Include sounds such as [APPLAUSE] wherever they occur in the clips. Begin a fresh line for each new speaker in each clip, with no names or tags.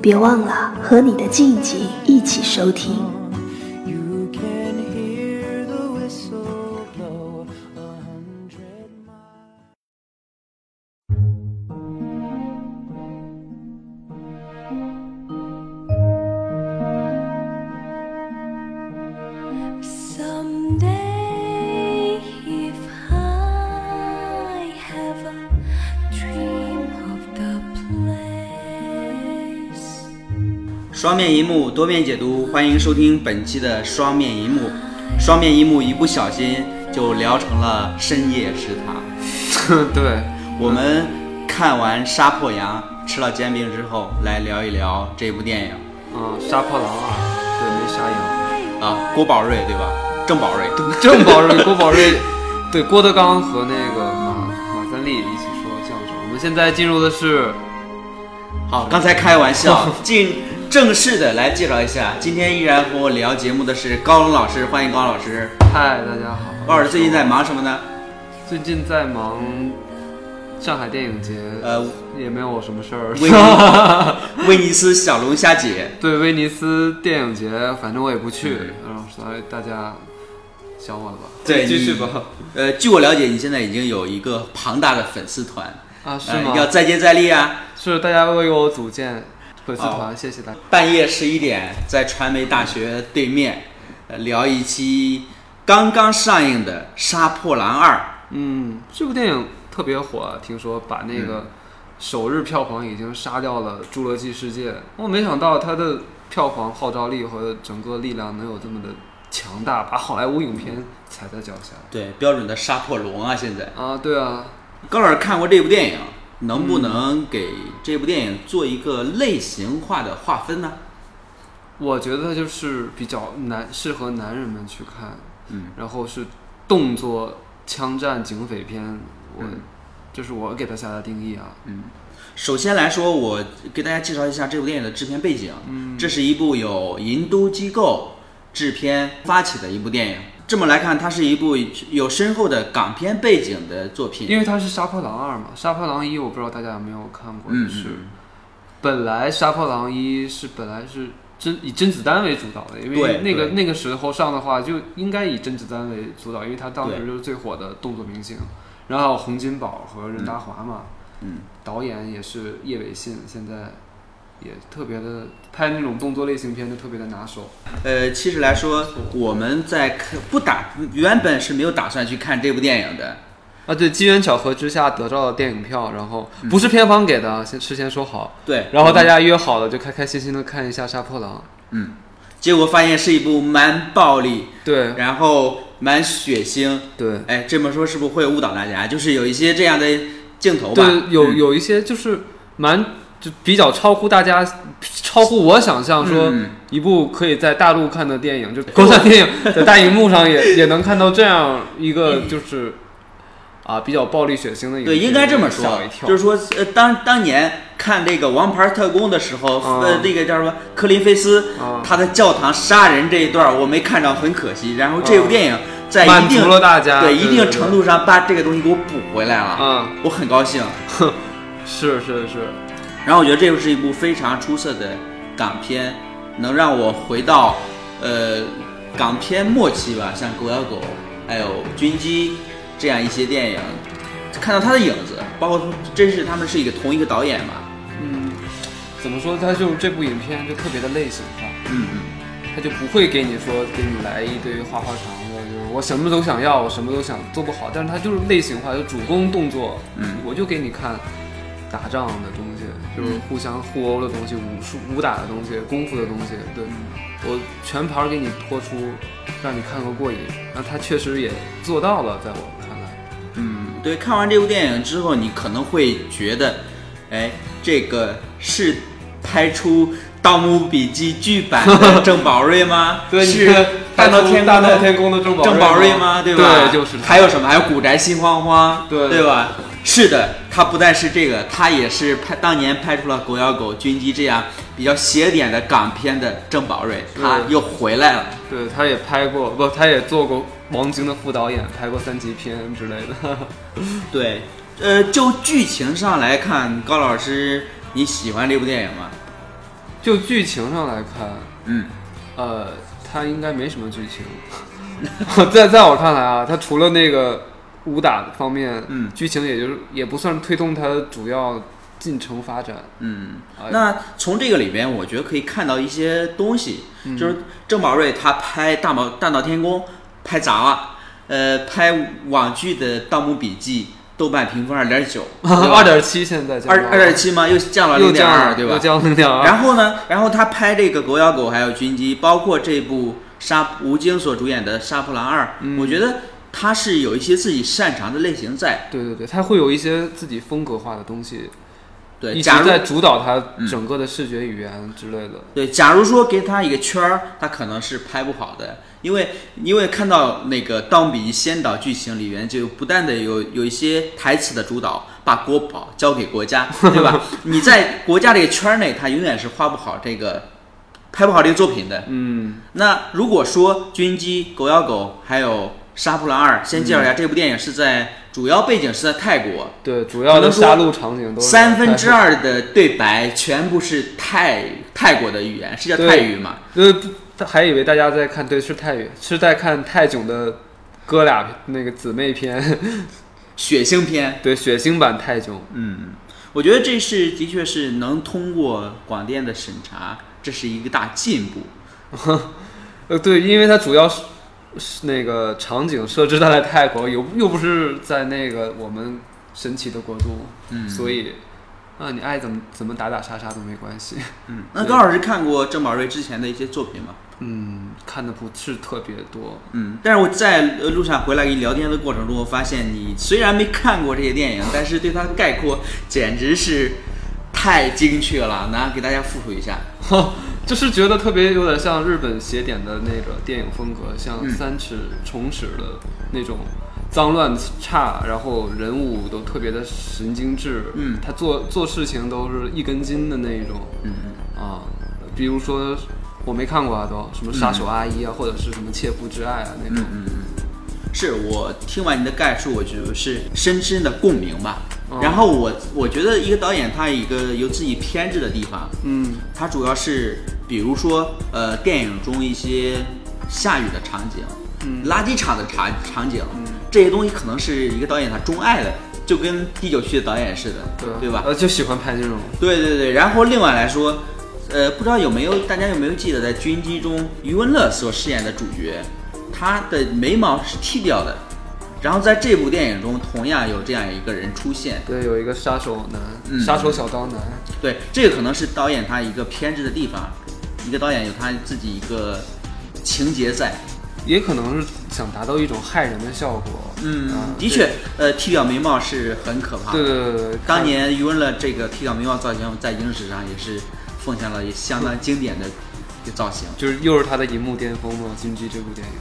别忘了和你的静静一起收听。
Someday, if I have a dream of the place,
双面一幕，多面解读，欢迎收听本期的双面一幕。双面一幕一不小心就聊成了深夜食堂。
[LAUGHS] 对，
我们看完《杀破狼》，吃了煎饼之后，来聊一聊这部电影
嗯，杀破狼啊，对，没杀赢。
啊，郭宝瑞对吧？郑宝瑞，
郑宝瑞、郭宝瑞，对，郭德纲和那个马马三立一起说相声。我们现在进入的是，
好，刚才开玩笑，进正式的来介绍一下，今天依然和我聊节目的是高龙老师，欢迎高老师。
嗨，大家好。
高老师最近在忙什么呢？
最近在忙上海电影节，
呃，
也没有什么事
威
儿。
尼威尼斯小龙虾姐，
[LAUGHS] 对，威尼斯电影节，反正我也不去，嗯，所以大家想我了吧？
对，
继续
你
吧。
呃，据我了解，你现在已经有一个庞大的粉丝团，
啊，是
呃
吗？
要再接再厉啊！
是大家为我组建粉丝
哦
团，谢谢大家。
半夜十一点，在传媒大学对面，呃聊一期刚刚上映的《杀破狼二
嗯，这部电影特别火，啊听说把那
嗯
个首日票房已经杀掉了《侏罗纪世界》。我没想到它的票房号召力和整个力量能有这么的强大，把好莱坞影片踩在脚下。》，
对，呃标准的杀破龙啊！现在
啊，对啊，
高老师看过这部电影，能
嗯
不能给这部电影做一个类型化的划分呢？
我觉得它就是比较男适合男人们去看，
嗯，
然后是动作、枪战、警匪片，我、
嗯
这是我给它下的定义啊。
首先来说，我给大家介绍一下这部电影的制片背景。嗯，这是一部由银都机构制片发起的一部电影。这么来看，它是一部有深厚的港片背景的作品。
因为它是《杀破狼二》嘛，《杀破狼一》我不知道大家有没有看过，
嗯
就是
嗯
本来《杀破狼一》是本来是甄以甄子丹为主导的，因
对
为那个
对
那个时候上的话就应该以甄子丹为主导，因为他当
对
时就是最火的动作明星，然后洪金宝和任达华嘛，
嗯，
导演也是叶伟信，现在也特别的拍那种动作类型片就特别的拿手，
呃，其实来说，我们在看不打原本是没有打算去看这部电影的。
啊，对，机缘巧合之下得到了电影票，然后
嗯
不是片方给的啊，先事先说好，
对，
然后大家约好了就开开心心的看一下《杀破狼》。
嗯，结果发现是一部蛮暴力，
对
然后蛮血腥。
对
哎，这么说是不是会误导大家？就是有一些这样的镜头吧。
对，有有一些就是蛮就比较超乎大家，超乎我想象，说
嗯
一部可以在大陆看的电影，就国产
[LAUGHS]
电影在大荧幕上也也能看到这样一个就是啊比较暴力血腥的影片，
嗯对，应该这么
吓
说
我一，跳，
就是说，呃，当当年看这个《王牌特工》的时候，
啊
呃，那个叫什么科林菲斯，
啊
他在教堂杀人这一段儿我没看到，很可惜。然后这部
啊
电影在一
满
定
足了大家，
对
对
一定程度上把这个东西给我补回来了，
啊，
我很高兴。
是是是，
然后我觉得这是一部非常出色的港片，能让我回到呃港片末期吧，像《狗咬狗》还有《军机》这样一些电影，看到他的影子，包括真是他们是一个同一个导演嘛，
嗯，怎么说？它就这部影片就特别的类型化。
嗯嗯。
他就不会给你说给你来一堆花花肠子，就是我什么都想要，我什么都想做不好，但是他就是类型化，就主攻动作，
嗯
我就给你看打仗的东西，就是互相互殴的东西，武术武打的东西，功夫的东西，对
嗯
我全盘给你托出，让你看个过瘾。那他确实也做到了，在我看来，
嗯，对，看完这部电影之后，你可能会觉得，哎，这个是拍出《盗墓笔记》剧版的郑宝瑞吗？
[LAUGHS] 对，你
是
看
大闹
出
天
大
宫
闹
的
天宫的郑宝
郑宝瑞
瑞
吗？
对
吧？
就是他
还有什么？还有古宅心慌慌，
对
对吧？是的，他不但是这个，他也是拍当年拍出了《狗咬狗》《军机》这样比较邪典的港片的郑宝瑞，
是
他又回来了。
对，他也拍过，不，他也做过王晶的副导演，拍过三级片之类的。 [LAUGHS]
对，呃，就剧情上来看，高老师你喜欢这部电影吗？
就剧情上来看，
嗯，
呃，他应该没什么剧情。 [LAUGHS] 在在我看来啊，他除了那个武打方面，
嗯
剧情也就是也不算推动他主要进程发展。
嗯
哎，
那从这个里边，我觉得可以看到一些东西，
嗯
就是郑宝瑞他拍《大闹大闹天宫》，拍砸了，呃，拍网剧的《盗墓笔记》，豆瓣评分二点
[LAUGHS]
九，
[LAUGHS] 二点七现在降到
二二点七吗？又降了
又
零点
降
二，
了啊
对吧
又？降零点二。
然后呢，然后他拍这个《狗咬狗》还有《军机》，包括这部沙吴京所主演的《杀破狼二》，
嗯
我觉得他是有一些自己擅长的类型在。
对对对，他会有一些自己风格化的东西，
对，
一
假
直
如嗯
在主导他整个的视觉语言之类的。
对，假如说给他一个圈儿，他可能是拍不好的，因为因为看到那个《盗墓笔记》先导剧情里面，就不断的有有一些台词的主导，把国宝交给国 [LAUGHS] 家，对吧？你在国家这个圈儿内，他永远是画不好这个，拍不好这个作品的。
嗯，
那如果说《军机》《狗咬狗》还有《杀破狼二》，先介绍一下，这部电影是在主要背景是在泰国，
对，主要
可
的
能说
杀戮场景都是
三分之
在
二的对白全部是泰泰国的语言，是叫泰语吗？
呃，不还以为大家在看，对，是泰语，是在看泰囧的哥俩那个姊妹篇，
血腥片。
对，血腥版泰囧。
嗯，我觉得这是的确是能通过广电的审查，这是一个大进步。
呃，对，因为它主要是是那个场景设置在泰国，又又不是在那个我们神奇的国度，
嗯
所以啊，你爱怎么怎么打打杀杀都没关系。
嗯，那高老师看过郑宝瑞之前的一些作品吗？
嗯，看的不是特别多，
嗯，但是我在呃路上回来跟你聊天的过程中，我发现你虽然没看过这些电影，但是对它的概括简直是太精确了。那给大家复述一下。
[LAUGHS] 就是觉得特别有点像日本邪典的那个电影风格，像
嗯
三尺重尺的那种脏乱差，然后人物都特别的神经质，
嗯
他做做事情都是一根筋的那一种，
嗯，
啊，比如说我没看过啊，都什么杀手阿姨啊，或者是什么切肤之爱啊那种，
嗯是我听完你的概述，我觉得是深深的共鸣吧。
哦
然后我我觉得一个导演他有一个有自己偏执的地方，
嗯
它主要是比如说呃电影中一些下雨的场景，
嗯
垃圾场的场场景，这些东西可能是一个导演他钟爱的，就跟第九区的导演似的，对吧？
呃，就喜欢拍这种，
对对对，然后另外来说，呃，不知道有没有大家有没有记得，在《军机》中，余文乐所饰演的主角，他的眉毛是剃掉的，然后在这部电影中同样有这样一个人出现，
对，有一个杀手男，
嗯
杀手小刀男，
对，这个可能是导演他一个偏执的地方，一个导演有他自己一个情节在。
也可能是想达到一种害人的效果，啊
嗯的确，呃，剃掉眉毛是很可怕的。
对对对对，
当年余文乐这个剃掉眉毛造型在影史上也是奉献了也相当经典的一个造型。
就是又是他的荧幕巅峰嘛，《军机》这部电影，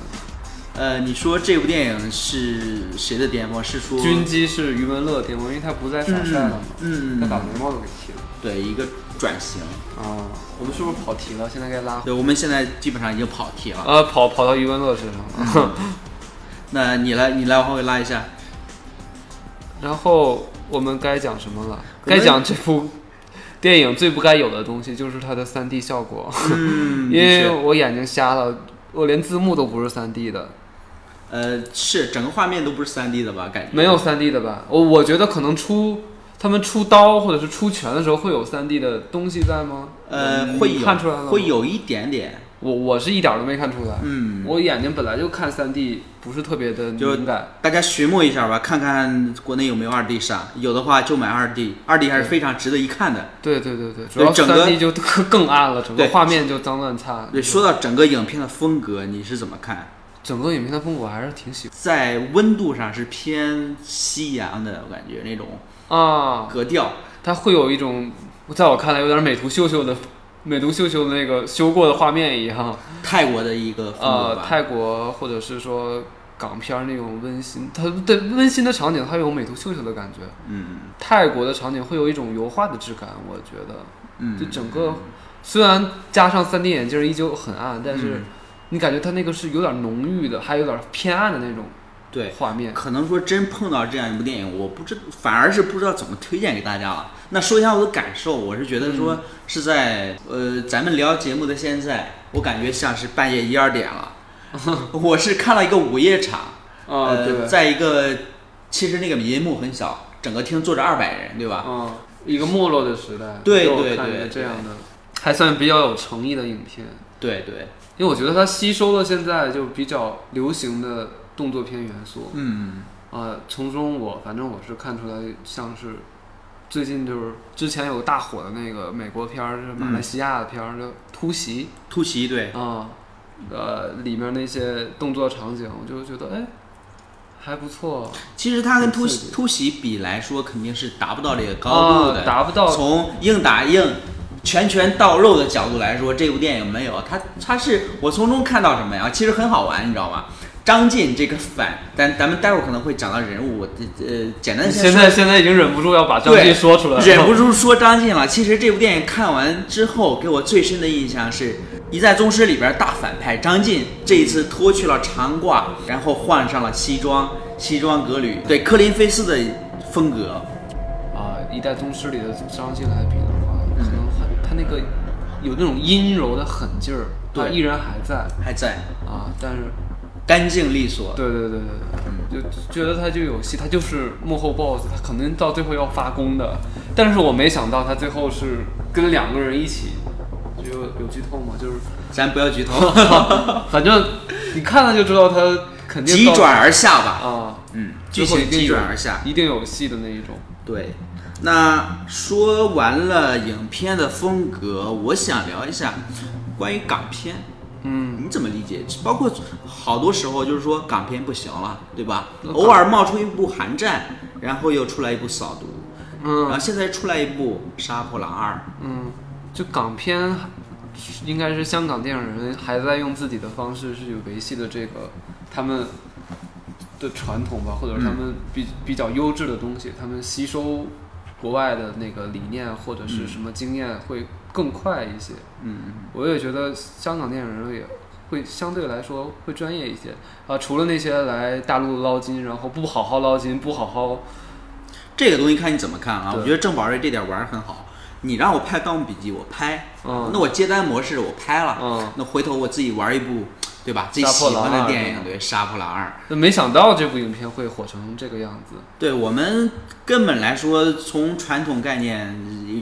呃，你说这部电影是谁的巅峰？是说嗯
《军机》是余文乐的巅峰，因为他不再反晒了嘛，
嗯嗯
他把眉毛都给剃了
对一个转型？
啊。我们是不是跑题了？现在该拉回。
对，我们现在基本上已经跑题了。
呃，跑跑到余文乐身上 [LAUGHS] 了。
那你来，你来往回拉一下。
然后我们该讲什么了？
可能
该讲这部电影最不该有的东西，就是它的3 D 效果。
嗯，
[LAUGHS] 因
的
为
确
我眼睛瞎了，我连字幕都不是3 D 的，
呃，是整个画面都不是3 D 的吧？感觉
没有3 D 的吧？我我觉得可能出他们出刀或者是出拳的时候会有3 D 的东西在吗？
呃，
你
会有
看出来了吗
会。有一点点，
我我是一点儿都没看出来。
嗯，
我眼睛本来就看3 D 不是特别的
就
敏感，
大家寻摸一下吧，看看国内有没有二 D 上，有的话就买二 D，二 D 还是非常值得一看的。
对对对对，主要
整个
3 D 就更 [LAUGHS] 更暗了，整个
对
画面就脏乱差。
对，说到整个影片的风格，你是怎么看？
整个影片的风格我还是挺喜
在温度上是偏西洋的，我感觉那种
欢啊，
格调，
它会有一种我在我看来有点美图秀秀的美图秀秀的那个修过的画面一样，
泰国的一个风格
呃，
吧。
泰国或者是说港片儿那种温馨，它对温馨的场景它有美图秀秀的感觉，
嗯
泰国的场景会有一种油画的质感，我觉得，
嗯，
就整个虽然加上 3D 眼镜儿依旧很暗，但是
嗯
你感觉它那个是有点浓郁的，还有点偏暗的那种
对，
画面。
可能说真碰到这样一部电影，我不知反而是不知道怎么推荐给大家了。那说一下我的感受，我是觉得
嗯
说是在、呃咱们聊节目的现在，我感觉像是半夜一二点
[LAUGHS]
了。我是看了一个午夜场，
啊，
呃，
对，
在一个其实那个银幕很小，整个厅坐着二百人，对吧？
嗯，一个没落的时代，
对
给我
对
看一个
对
这
对
样的还算比较有诚意的影片，
对对，
因为我觉得它吸收了现在就比较流行的动作片元素，
嗯
呃，从中我反正我是看出来像是。最近就是之前有大火的那个美国片儿，是马来西亚的片儿，叫《突袭》，
突袭嗯对，
啊、呃，里面那些动作场景，我就觉得哎，还不错，
其实它跟突
很刺
袭
激
突袭比来说，肯定是达不到这个高度的，
啊达不到
从硬打硬、拳拳到肉的角度来说，这部电影没有它，它是我从中看到什么呀？其实很好玩，你知道吗？张晋这个反，咱咱们待会儿可能会讲到人物，我呃，简单地先
现
说
在现在已经忍不住要把张
对
继说出来了，
忍不住说张晋了。其实这部电影看完之后，给我最深的印象是《一代宗师》里边大反派张晋这一次脱去了长褂，然后换上了西装，西装革履，对科林菲斯的风格。
啊，《一代宗师》里的张晋来比的话，可能很他那个有那种阴柔的狠劲儿，他
对
依然还在
还在
啊，但是
干净利索，
对对对对对，就觉得他就有戏，他就是幕后 boss，他肯定到最后要发功的。但是我没想到他最后是跟两个人一起，就有有剧透嘛，就是
[LAUGHS] 咱不要
[LAUGHS]
剧透，
反正你看了就知道他肯定
急
到
转而下吧。
啊，
嗯，
最
剧
后一
情
定
急
有
转而下。
一定有戏的那一种。
对，那说完了影片的风格，我想聊一下关于港片。
嗯，
你怎么理解？包括好多时候就是说港片不行了，对吧
那？港
偶尔冒出一部《寒战》，然后又出来一部《扫毒》，然
嗯
后现在出来一部《杀破狼二》。
嗯，就港片应该是香港电影人还在用自己的方式去维系的这个他们的传统吧，或者
嗯
他们比、比较优质的东西，他们吸收国外的那个理念或者是什么经验会更快一些。
嗯，
我也觉得香港电影人也会相对来说会专业一些啊，除了那些来大陆捞金，然后不好好捞金，不好好
这个东西看你怎么看啊？
对
我觉得郑宝瑞这点玩儿很好。你让我拍《盗墓笔记》，我拍；
嗯
那我接单模式我拍了，
嗯
那回头我自己玩一部，对吧？自己
杀破
喜
狼
欢的
二
电
是吗
影，对《杀破狼二》。
那没想到这部影片会火成这个样子。
对我们根本来说，从传统概念，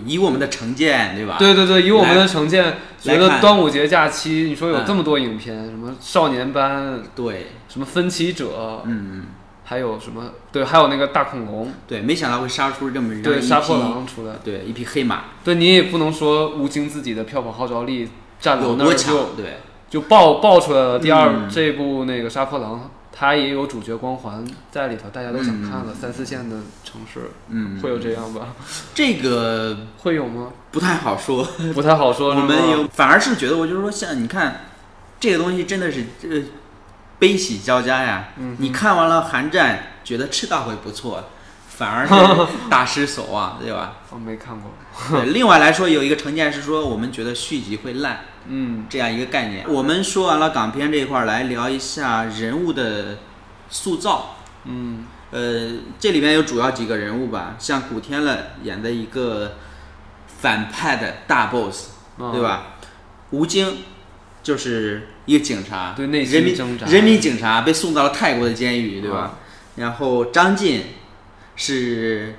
以我们的成见，对吧？
对对对，以我们的成见，觉
啊来
得
看
端午节假期，你说有
嗯
这么多影片，什么少年班，
对，
什么分歧者，
嗯，
还有什么对，还有那个大恐龙，
对，没想到会杀出这么一
对，
一
杀破
匹
狼出来，
对，一匹黑马
对你也不能说吴京自己的票房号召力站
有
到那
多
儿
强
就？
对，
就爆爆出来了。第二、
嗯
这部那个杀破狼，它也有主角光环在里头，大家都想看了。三四线的城市
嗯，
会有这样吧？
这个
会有吗？
不太好说。
不太好说。
我
是吗
们有，反而是觉得，我就是说，像你看，这个东西真的是呃悲喜交加呀。
嗯
你看完了《寒战》，觉得赤道会不错，反而
[LAUGHS]
是大失所望，对吧？
我哦没看过。
对另外来说，有一个成见是说，我们觉得续集会烂。
嗯
这样一个概念。我们说完了港片这一块儿，来聊一下人物的塑造。
嗯
呃，这里面有主要几个人物吧，像古天乐演的一个反派的大 boss，、
嗯
对吧？吴京就是一个警察，
对内心
人民
挣扎
人民警察被送到了泰国的监
嗯
狱，对吧？然后张晋是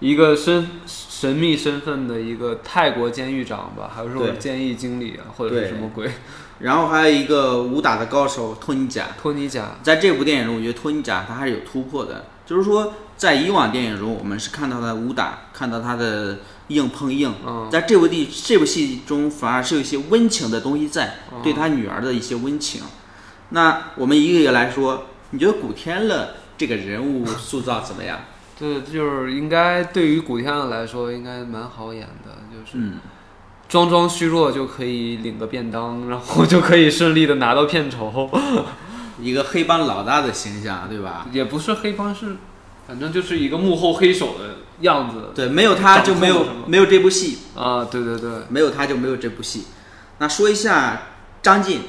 一个身神秘身份的一个泰国监狱长吧，还是说
对
监狱经理啊，或者
对
是什么鬼？
然后还有一个武打的高手托尼贾，
托尼贾，
在这部电影中，我觉得托尼贾他还是有突破的，就是说在以往电影中，我们是看到他的武打，看到他的硬碰硬，
嗯
在这部地这部戏中反而是有一些温情的东西在，
嗯
对他女儿的一些温情。
[LAUGHS]
那我们一个一个来说，你觉得古天乐这个人物塑造怎么样？
对，就是应该对于古天乐来说，应该蛮好演的，就是
嗯，
装装虚弱就可以领个便当，然后就可以顺利的拿到片
[LAUGHS]
酬，
一个黑帮老大的形象，对吧？
也不是黑帮，是反正就是一个幕后黑手的样子。
对，没有他就没
掌
有
控了嘛
没有这部戏，
啊，对对对，
没有他就没有这部戏。那说一下张晋，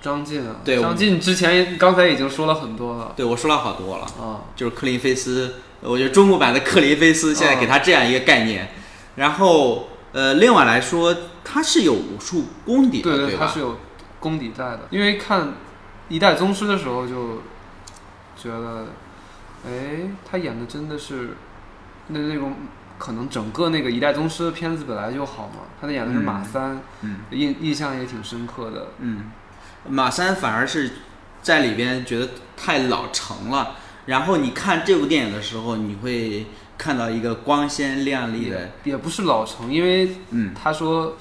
张晋啊，
对我
张晋之前刚才已经说了很多了
对我说了好多了，
啊，
就是克林菲斯，我觉得中国版的克林菲斯现在给他
哦
这样一个概念。然后呃，另外来说，他是有武术功底的，
对
对
他
吧
是？有功底在的。因为看《一代宗师》的时候就觉得，哎，他演的真的是那那种可能整个那个《一代宗师》的片子本来就好嘛，他演的是马
嗯
三，
嗯
印印象也挺深刻的。
嗯，马三反而是在里边觉得太老成了。然后你看这部电影的时候，你会看到一个光鲜亮丽的，
也不是老成，因为
嗯
他说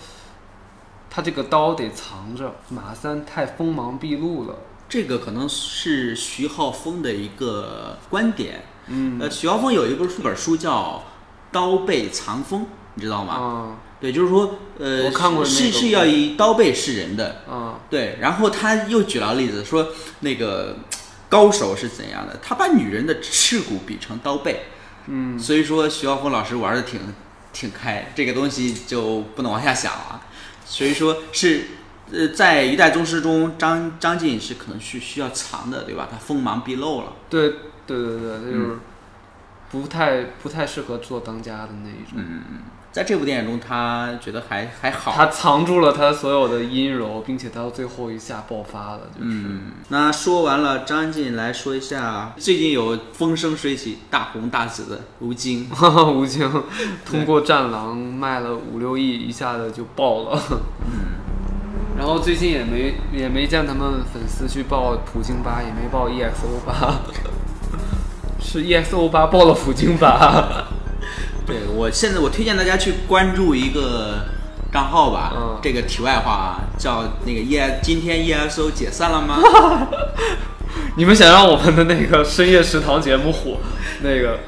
他这个刀得藏着，马三太锋芒毕露了。
这个可能是徐浩峰的一个观点。
嗯
呃，徐浩峰有一本书本书叫《刀背藏锋》，你知道吗？
啊
对，就是说，呃，
我看过那
是
个
是要以刀背示人的。
啊
对，然后他又举了例子，说那个嗯高手是怎样的，他把女人的翅骨比成刀背。
嗯，
所以说徐浩峰老师玩的挺挺开，这个东西就不能往下想了。所以说是呃，在一代宗师中，张张晋是可能需需要藏的，对吧？他锋芒毕露了。
对对对对，他
嗯
就是不太不太适合做当家的那一
嗯
种。
在这部电影中，他觉得还还好。
他藏住了他所有的阴柔，并且他到最后一下爆发了，就是、
嗯，那说完了张晋，来说一下最近有风生水起、大红大紫的吴京。
[LAUGHS] 吴京通过《战狼》卖了五六亿，一下子就爆了。
嗯
然后最近也没也没见他们粉丝去报普京八，也没 E 报 EXO
[LAUGHS]
八，是 E EXO 八报了普京八。
对我现在我推荐大家去关注一个账号吧，
嗯
这个题外话啊，叫那个 E，今天 EXO 解散了吗？
[LAUGHS] 你们想让我们的那个深夜食堂节目火，那个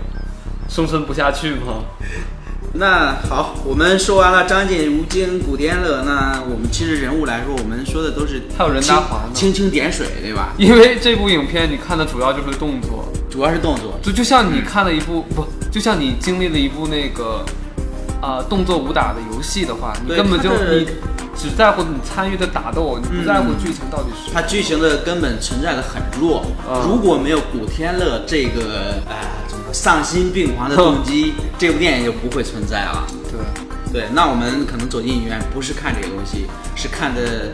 生存不下去
[LAUGHS]
吗？
那好，我们说完了张晋、吴京、古天乐，那我们其实人物来说，我们说的都是
还有任达华呢
蜻蜻蜓点水，对吧？
因为这部影片你看的主要就是动作，
主要是动作，
就就像你看了一部、不，就像你经历了一部那个啊、呃动作武打的游戏的话，你
对
根本就
它的
你只在乎你参与的打斗，你不在乎
嗯
剧情到底是。
它剧情的根本存在的很弱。
嗯
如果没有古天乐这个呃怎么说丧心病狂的
[LAUGHS]
动机，这部电影就不会存在了。
对，
对，那我们可能走进影院不是看这个东西，是看的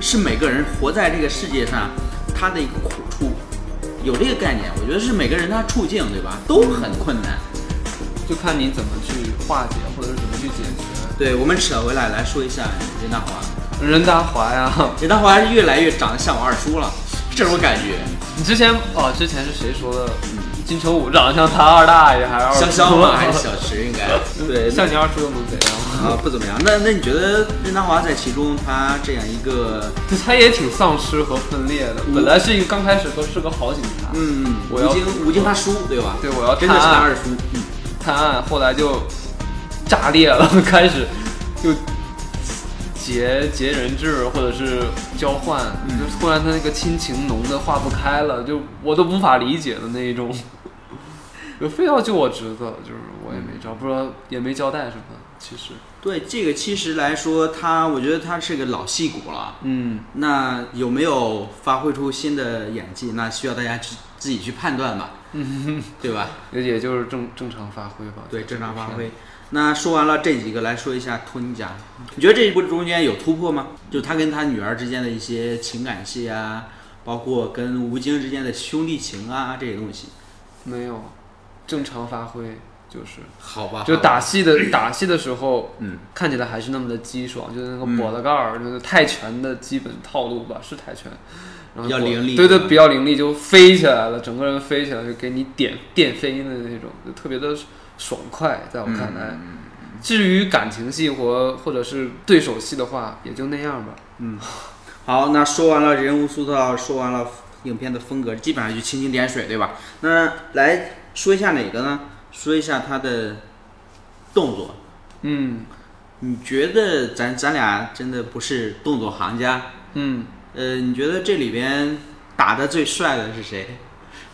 是每个人活在这个世界上他的一个苦处，有这个概念，我觉得是每个人他处境对吧都很困难。
就看你怎么去化解，或者是怎么去解决。
对我们扯回来来说一下任达华，
任达华呀， [LAUGHS]
任达华越来越长得像我二叔了，这种感觉。
你之前哦，之前是谁说的？嗯金城武长得像他二大爷还是二
潇潇
[LAUGHS] 叔
嘛还是小池应该
[LAUGHS]
对
像你二叔又能怎样？ [LAUGHS]
啊，不怎么样。那那你觉得任达华在其中他这样一个
就他也挺丧尸和分裂的，本来是一个刚开始都是个好警察，
嗯，
我要
吴京吴京他叔对吧？
对我要
真的是他
看
二叔。嗯，
探案，后来就炸裂了， [LAUGHS] 开始就结结人质或者是交换，
嗯
就突然他那个亲情浓的化不开了，就我都无法理解的那一种， [LAUGHS] 就非要救我侄子，就是我也没招，不知道也没交代什么，其实，
对这个其实来说，他我觉得他是个老戏骨了。
嗯，
那有没有发挥出新的演技？那需要大家去自己去判断 [LAUGHS] 吧，对吧？
也也就是正正常发挥吧，
对，正常发
这个
挥
片。
那说完了这几个，来说一下托尼贾。你觉得这一部中间有突破吗？就他跟他女儿之间的一些情感戏啊，包括跟吴京之间的兄弟情啊这些东西。
没有正常发挥就是。
啊好吧
就打戏的打戏的时候，
嗯，
看起来还是那么的激爽，就是那个
嗯
脖子盖儿，就是泰拳的基本套路吧，是泰拳。然后
比较
脖
凌厉
对对，比较凌厉，就飞起来了，整个人飞起来，就给你点电飞的那种，就特别的爽快，在我看
嗯
来。至于感情戏或或者是对手戏的话，也就那样吧。
好，那说完了人物塑造，说完了影片的风格，基本上就蜻蜓点水，对吧？那来说一下哪个呢？说一下他的动作。
嗯
你觉得咱咱俩真的不是动作行家？
嗯，
呃，你觉得这里边打的最帅的是谁？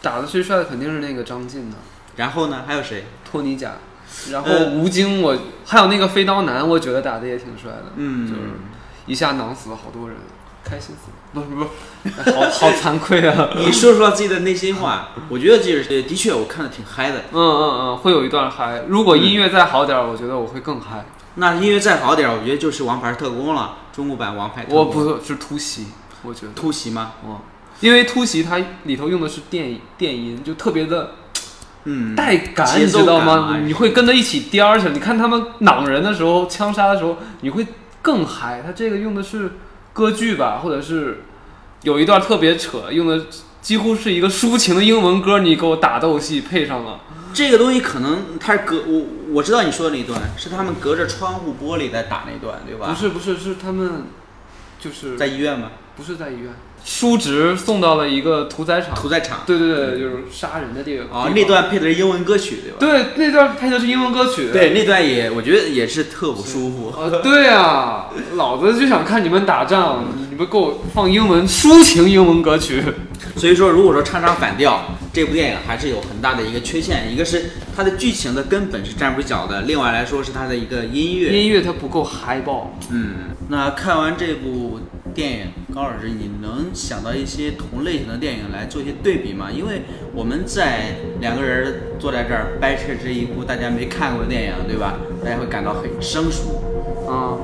打的最帅的肯定是那个张晋的
然后呢，还有谁？
托尼贾，然后
呃
吴京我，还有那个飞刀男，我觉得打的也挺帅的，
嗯
就是一下囊死了好多人，开心死了， [LAUGHS] 不是不是，好好惭愧啊，
你说说自己的内心话。我觉得就是的确，我看的挺嗨的。
嗯嗯嗯，会有一段嗨，如果音乐再好点儿，我觉得我会更嗨，
那音乐再好点儿，我觉得就是《王牌特工》了，中国版《王牌特工》。
我不是突袭，我觉得。
突袭吗？
哦，因为突袭它里头用的是电电音，就特别的
嗯，
带感，
节
你
奏
知道
感嘛哎
吗？你会跟着一起颠儿去。你看他们攮人的时候，枪杀的时候，你会更嗨。他这个用的是歌剧吧，或者是有一段特别扯，用的几乎是一个抒情的英文歌，你给我打斗戏配上了。
这个东西可能它是隔我我知道你说的那一段是他们隔着窗户玻璃在打那段，对吧？
不是不是，是他们就是
在医院吗？
不是在医院，叔侄送到了一个屠宰场。
屠宰场
对对对，就是杀人的地方。
啊，那段配的是英文歌曲，对吧？
对那段配的是英文歌曲。
对，那段也我觉得也是特不舒服。
[LAUGHS] 啊，对啊，老子就想看你们打仗，你们给我放英文抒情英文歌曲。
所以说，如果说唱唱反调，这部电影还是有很大的一个缺陷，一个是它的剧情的根本是站不住脚的，另外来说是它的一个音乐。
音乐它不够嗨爆，
嗯，那看完这部电影，高老师，你能想到一些同类型的电影来做一些对比吗？因为我们在两个人坐在这儿掰扯这一部大家没看过的电影，对吧？大家会感到很生疏。
啊，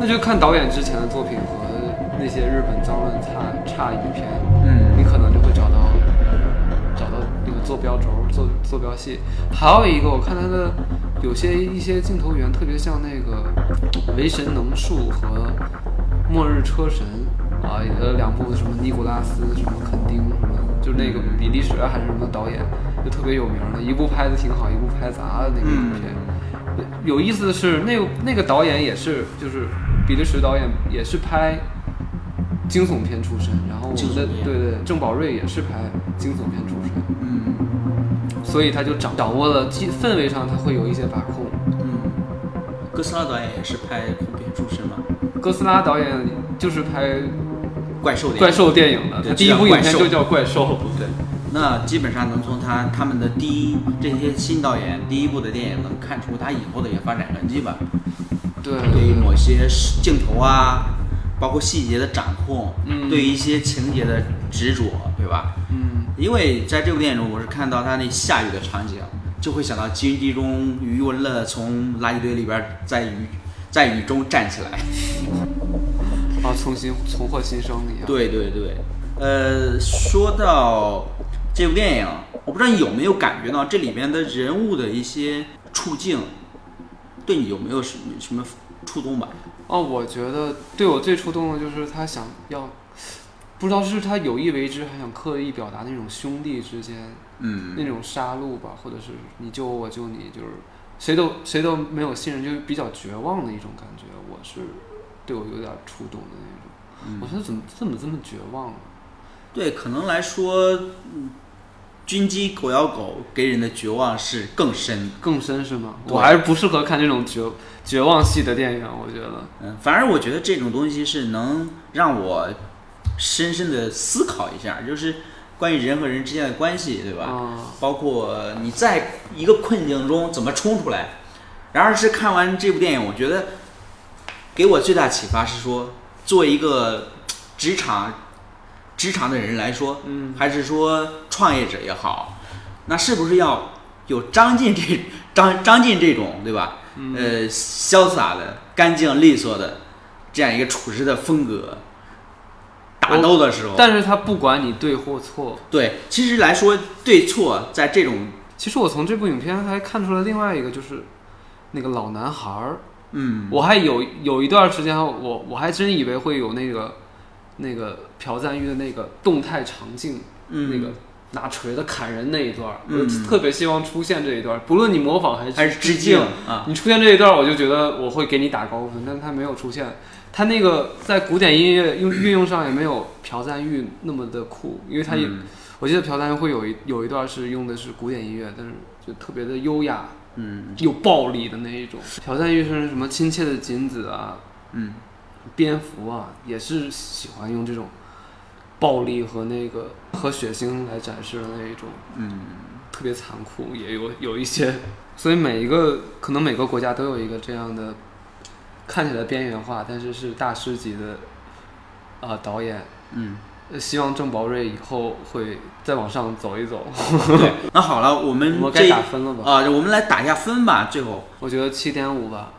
那就看导演之前的作品和那些日本脏乱差差影片，
嗯
你可能就会找到找到那个坐标轴、坐坐标系。还有一个，我看他的有些一些镜头语言特别像那个《为神能术》和《末日车神》啊，呃，两部什么尼古拉斯、什么肯丁什么，就那个比利时还是什么导演，就特别有名的，一部拍的挺好，一部拍砸的那个影片。有意思的是，那个那个导演也是，就是比利时导演也是拍惊悚片出身，然后我
惊
们
悚
的
片
对对郑宝瑞也是拍惊悚片出身，
嗯
所以他就掌掌握了气氛围上他会有一些把控。
嗯，哥斯拉导演也是拍恐怖片出身嘛，
哥斯拉导演就是拍
怪兽电影
怪。兽电影的，
对
他第一部
就叫
影片
怪兽
就叫《怪兽》。
对，那基本上能从他他们的第一这些新导演第一部的电影能看出他以后的一个发展痕迹吧。
对
对于某些镜头啊，包括细节的掌控，
嗯
对于一些情节的执着，对吧？
嗯，
因为在这部电影中，我是看到他那下雨的场景，就会想到金地中余文乐从垃圾堆里边在雨在雨中站起来。
啊，重新重获新生一样。，
对对对，呃，说到这部电影，我不知道你有没有感觉到这里面的人物的一些处境，对你有没有什么什么触动吧？
哦，我觉得对我最触动的就是他想要，不知道是他有意为之，还想刻意表达那种兄弟之间
嗯
那种杀戮吧，或者是你救我，我救你，就是谁都谁都没有信任，就是比较绝望的一种感觉。我是对我有点触动的那种。
嗯
我说怎么怎么这么绝望、啊？
对，可能来说，嗯军鸡狗咬狗给人的绝望是更深。
更深是吗？
对
我还是不适合看这种绝绝望系的电影，我觉得。
嗯，反而我觉得这种东西是能让我深深的思考一下，就是关于人和人之间的关系，对吧？
啊、
包括你在一个困境中怎么冲出来。然而是看完这部电影，我觉得给我最大启发是说，作为一个职场职场的人来说，
嗯
还是说创业者也好，那是不是要有张晋这 [LAUGHS] 张张晋这种对吧？
嗯
呃，潇洒的、干净利索的这样一个处事的风格，打
我
斗的时候，
但是他不管你对或错，
对，其实来说对错在这种
其实我从这部影片还看出了另外一个，就是那个老男孩儿，
嗯
我还有有一段时间，我我还真以为会有那个那个朴赞郁的那个动态长镜，
嗯
那个拿锤子砍人那一段儿，
嗯
我特别希望出现这一段儿，不论你模仿还是
还是致
敬
敬啊
你出现这一段儿，我就觉得我会给你打高分，但是他没有出现。他那个在古典音乐用运用上也没有朴赞郁那么的酷，因为他也、
嗯
我记得朴赞会有一有一段是用的是古典音乐，但是就特别的优雅
嗯
又暴力的那一种。朴赞郁是什么亲切的锦子啊，
嗯
蝙蝠啊，也是喜欢用这种暴力和那个和血腥来展示的那一种，
嗯，
特别残酷，也有有一些。所以每一个可能每个国家都有一个这样的看起来边缘化，但是是大师级的啊、呃导演。
嗯，
呃希望郑宝瑞以后会再往上走一走。
对。那好了，我们
嗯我
这
该
一
打分了吧？
啊、我们来打一下分吧，最后
[LAUGHS] 我觉得七点五吧。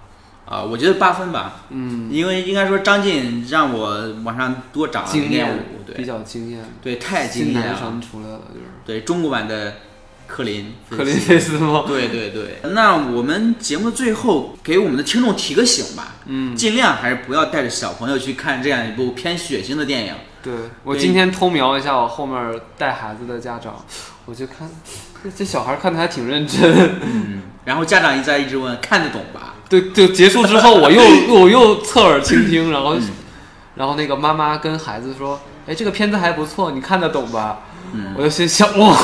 啊、我觉得八分吧，
嗯，
因为应该说张晋让我往上多涨了零啊
经
点
验
五，
比
对
较惊艳，
对，太惊
新
艳
南
了，
山出来了，就是
对中国版的克林
克林菲斯吗？
对对对，那我们节目最后给我们的听众提个醒吧，
嗯，
尽量还是不要带着小朋友去看这样一部偏血腥的电影。
对我
对
今天偷瞄一下我后面带孩子的家长，我就看这这小孩看的还挺认真。
嗯，然后家长一再一直问看得懂吧？
对，就结束之后，
[LAUGHS]
我又我又侧耳倾听，然后
嗯
然后那个妈妈跟孩子说：“哎，这个片子还不错，你看得懂吧？”
嗯
我就心想：“哇，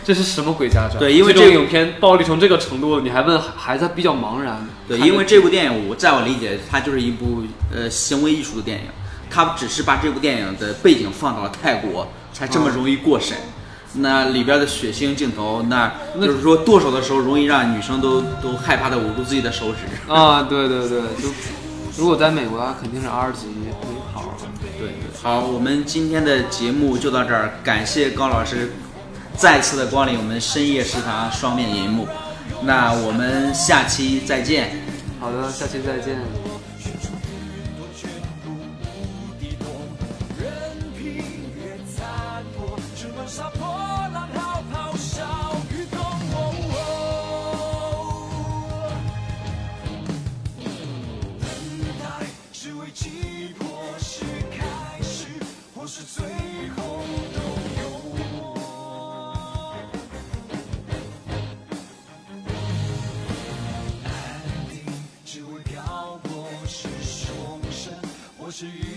[LAUGHS] 这是什么鬼家长？
对因为
这种
这个
影片暴力成这个程度了，你还问孩子，比较茫然。
对，
看得
因为这部电影我在我理解，它就是一部呃行为艺术的电影，它只是把这部电影的背景放到了泰国，才这么容易过审。那里边的血腥镜头，那
那
就是说剁手的时候容易让女生都都害怕的捂住自己的手指。
啊，对对对，就如果在美国，啊它肯定是 R 级没跑了。
对，好，我们今天的节目就到这儿，感谢高老师再次的光临我们深夜食堂双面银幕，那我们下期再见。
好的，下期再见。
只问沙破浪滔滔，笑与共。哦哦等待是危机，或是开始，或是最后都有。安定只会漂泊，是凶神，或是雨。